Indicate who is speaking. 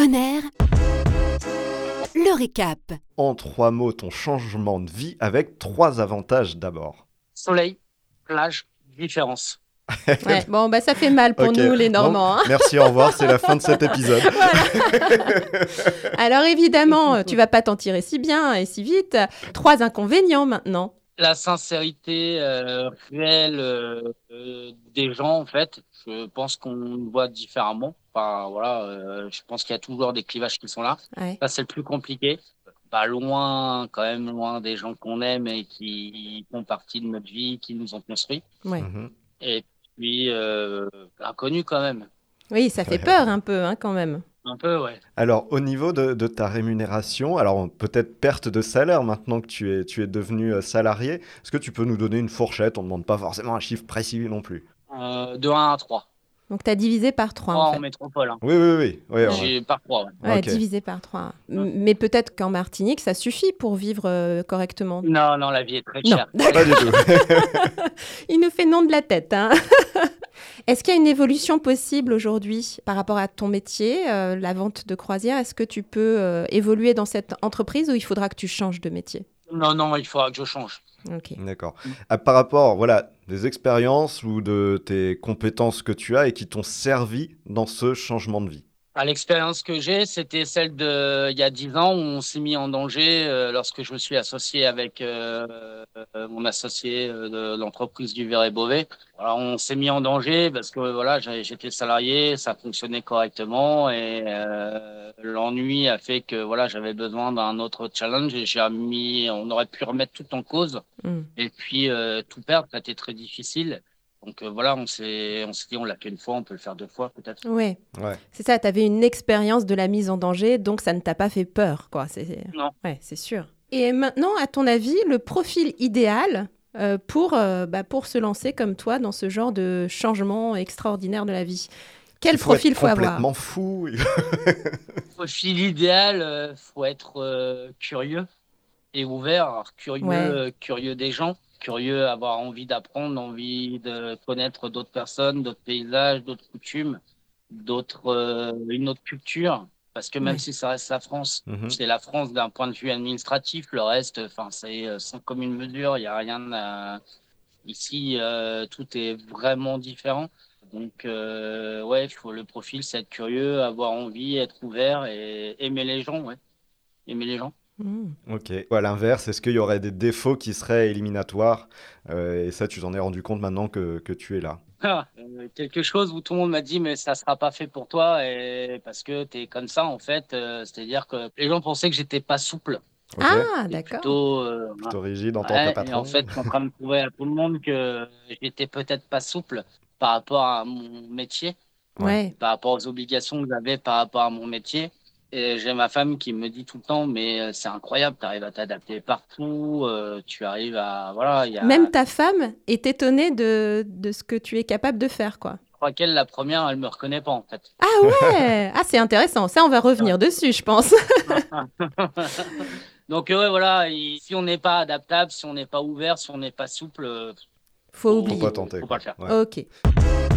Speaker 1: honneur. Le récap.
Speaker 2: En trois mots, ton changement de vie avec trois avantages d'abord.
Speaker 3: Soleil, plage, différence.
Speaker 4: Ouais, bon, bah, ça fait mal pour
Speaker 2: Ok,
Speaker 4: nous, les
Speaker 2: bon,
Speaker 4: Normands. hein.
Speaker 2: Merci, au revoir, c'est la fin de cet épisode.
Speaker 4: Alors, évidemment, euh, tu vas pas t'en tirer si bien et si vite. Trois inconvénients maintenant.
Speaker 3: La sincérité euh, réelle euh, euh, des gens, en fait, je pense qu'on le voit différemment. Enfin, voilà, euh, je pense qu'il y a toujours des clivages qui sont là.
Speaker 4: Ouais.
Speaker 3: Ça, c'est le plus compliqué. Pas loin, quand même loin des gens qu'on aime et qui font partie de notre vie, qui nous ont construit.
Speaker 4: Ouais.
Speaker 2: Mhm.
Speaker 3: Et puis, euh, inconnu quand même.
Speaker 4: Oui, ça fait peur un peu, hein, quand même.
Speaker 3: Un peu, ouais.
Speaker 2: Alors, au niveau de, de ta rémunération, alors peut-être perte de salaire maintenant que tu es, tu es devenu euh, salarié, est-ce que tu peux nous donner une fourchette On ne demande pas forcément un chiffre précis non plus.
Speaker 3: Euh, de 1 à 3.
Speaker 4: Donc, tu as divisé par trois,
Speaker 3: 3
Speaker 4: en
Speaker 3: en,
Speaker 4: fait.
Speaker 3: métropole. hein.
Speaker 2: Oui, oui, oui. oui on-
Speaker 3: J'ai par 3, ouais.
Speaker 4: Ouais,
Speaker 2: Ok.
Speaker 4: divisé par trois. M- Mais peut-être qu'en Martinique, ça suffit pour vivre euh, correctement.
Speaker 3: Non, non, la vie est très
Speaker 4: Non.
Speaker 3: chère.
Speaker 2: Pas du tout.
Speaker 4: Il nous fait non de la tête. hein. Est-ce qu'il y a une évolution possible aujourd'hui par rapport à ton métier, euh, la vente de croisière Est-ce que tu peux euh, évoluer dans cette entreprise ou il faudra que tu changes de métier
Speaker 3: Non, non, il faudra que je change.
Speaker 4: Ok.
Speaker 2: D'accord. Ah, par rapport, voilà, des expériences ou de tes compétences que tu as et qui t'ont servi dans ce changement de vie.
Speaker 3: À l'expérience que j'ai, c'était celle de il y a 10 ans où on s'est mis en danger euh, lorsque je me suis associé avec euh, euh, mon associé euh, de l'entreprise du Verre et Beauvais. Alors, on s'est mis en danger parce que voilà, j'ai- j'étais salarié, ça fonctionnait correctement et euh, l'ennui a fait que voilà, j'avais besoin d'un autre challenge et j'ai mis, on aurait pu remettre tout en cause.
Speaker 4: Hmm.
Speaker 3: Et puis euh, tout perdre, ça a été très difficile. Donc euh, voilà, on s'est on s'est dit on l'a fait une fois, on peut le faire deux fois peut-être.
Speaker 4: Ouais.
Speaker 2: Ouais.
Speaker 4: C'est ça, tu avais une expérience de la mise en danger, donc ça ne t'a pas fait peur, quoi. C'est...
Speaker 3: Non.
Speaker 4: Ouais, c'est sûr. Et maintenant, à ton avis, le profil idéal euh, pour, euh, bah, pour se lancer comme toi dans ce genre de changement extraordinaire de la vie Quel
Speaker 2: Il faut
Speaker 4: profil
Speaker 2: être
Speaker 4: faut avoir
Speaker 2: Complètement fou.
Speaker 3: Profil idéal, euh, faut être euh, curieux et ouvert, Alors, curieux
Speaker 4: Ouais.
Speaker 3: euh, curieux des gens, curieux, avoir envie d'apprendre, envie de connaître d'autres personnes, d'autres paysages, d'autres coutumes, d'autres euh, une autre culture. Parce que même
Speaker 4: Ouais.
Speaker 3: si ça reste la France,
Speaker 2: Mhm.
Speaker 3: C'est la France d'un point de vue administratif. Le reste, enfin, c'est euh, sans commune mesure. Il n'y a rien à... Ici, euh, tout est vraiment différent. Donc, euh, ouais, il faut le profil, c'est être curieux, avoir envie, être ouvert et aimer les gens, ouais. Aimer les gens.
Speaker 4: Hmm.
Speaker 2: Ok. Ou à l'inverse, est-ce qu'il y aurait des défauts qui seraient éliminatoires Euh, Et ça, tu t'en es rendu compte maintenant que, que tu es là.
Speaker 3: Ah, euh, quelque chose où tout le monde m'a dit, mais ça sera pas fait pour toi et parce que tu es comme ça, en fait. Euh, C'est-à-dire que les gens pensaient que j'étais pas souple.
Speaker 2: Ok
Speaker 4: Ah,
Speaker 3: Et
Speaker 4: d'accord.
Speaker 3: Plutôt, euh,
Speaker 2: Plutôt rigide en tant
Speaker 3: Ouais,
Speaker 2: que
Speaker 3: et
Speaker 2: patron.
Speaker 3: en fait, je suis en train de prouver à tout le monde que j'étais peut-être pas souple par rapport à mon métier,
Speaker 2: Ouais.
Speaker 4: ouais.
Speaker 3: par rapport aux obligations que j'avais par rapport à mon métier. Et j'ai ma femme qui me dit tout le temps, mais euh, c'est incroyable, tu arrives à t'adapter partout, euh, tu arrives à... Voilà, il y a...
Speaker 4: Même ta femme est étonnée de, de ce que tu es capable de faire, quoi.
Speaker 3: Je crois qu'elle, la première, elle me reconnaît pas en fait.
Speaker 4: Ah ouais Ah, c'est intéressant. Ça, on va revenir dessus, je pense.
Speaker 3: Donc euh, ouais, voilà, et si on n'est pas adaptable, si on n'est pas ouvert, si on n'est pas souple, euh,
Speaker 4: Faut
Speaker 3: Faut
Speaker 2: Faut
Speaker 4: oublier.
Speaker 2: pas tenter.
Speaker 3: Faut
Speaker 4: Euh,
Speaker 2: quoi.
Speaker 3: pas le faire.
Speaker 2: Ouais.
Speaker 4: Ok.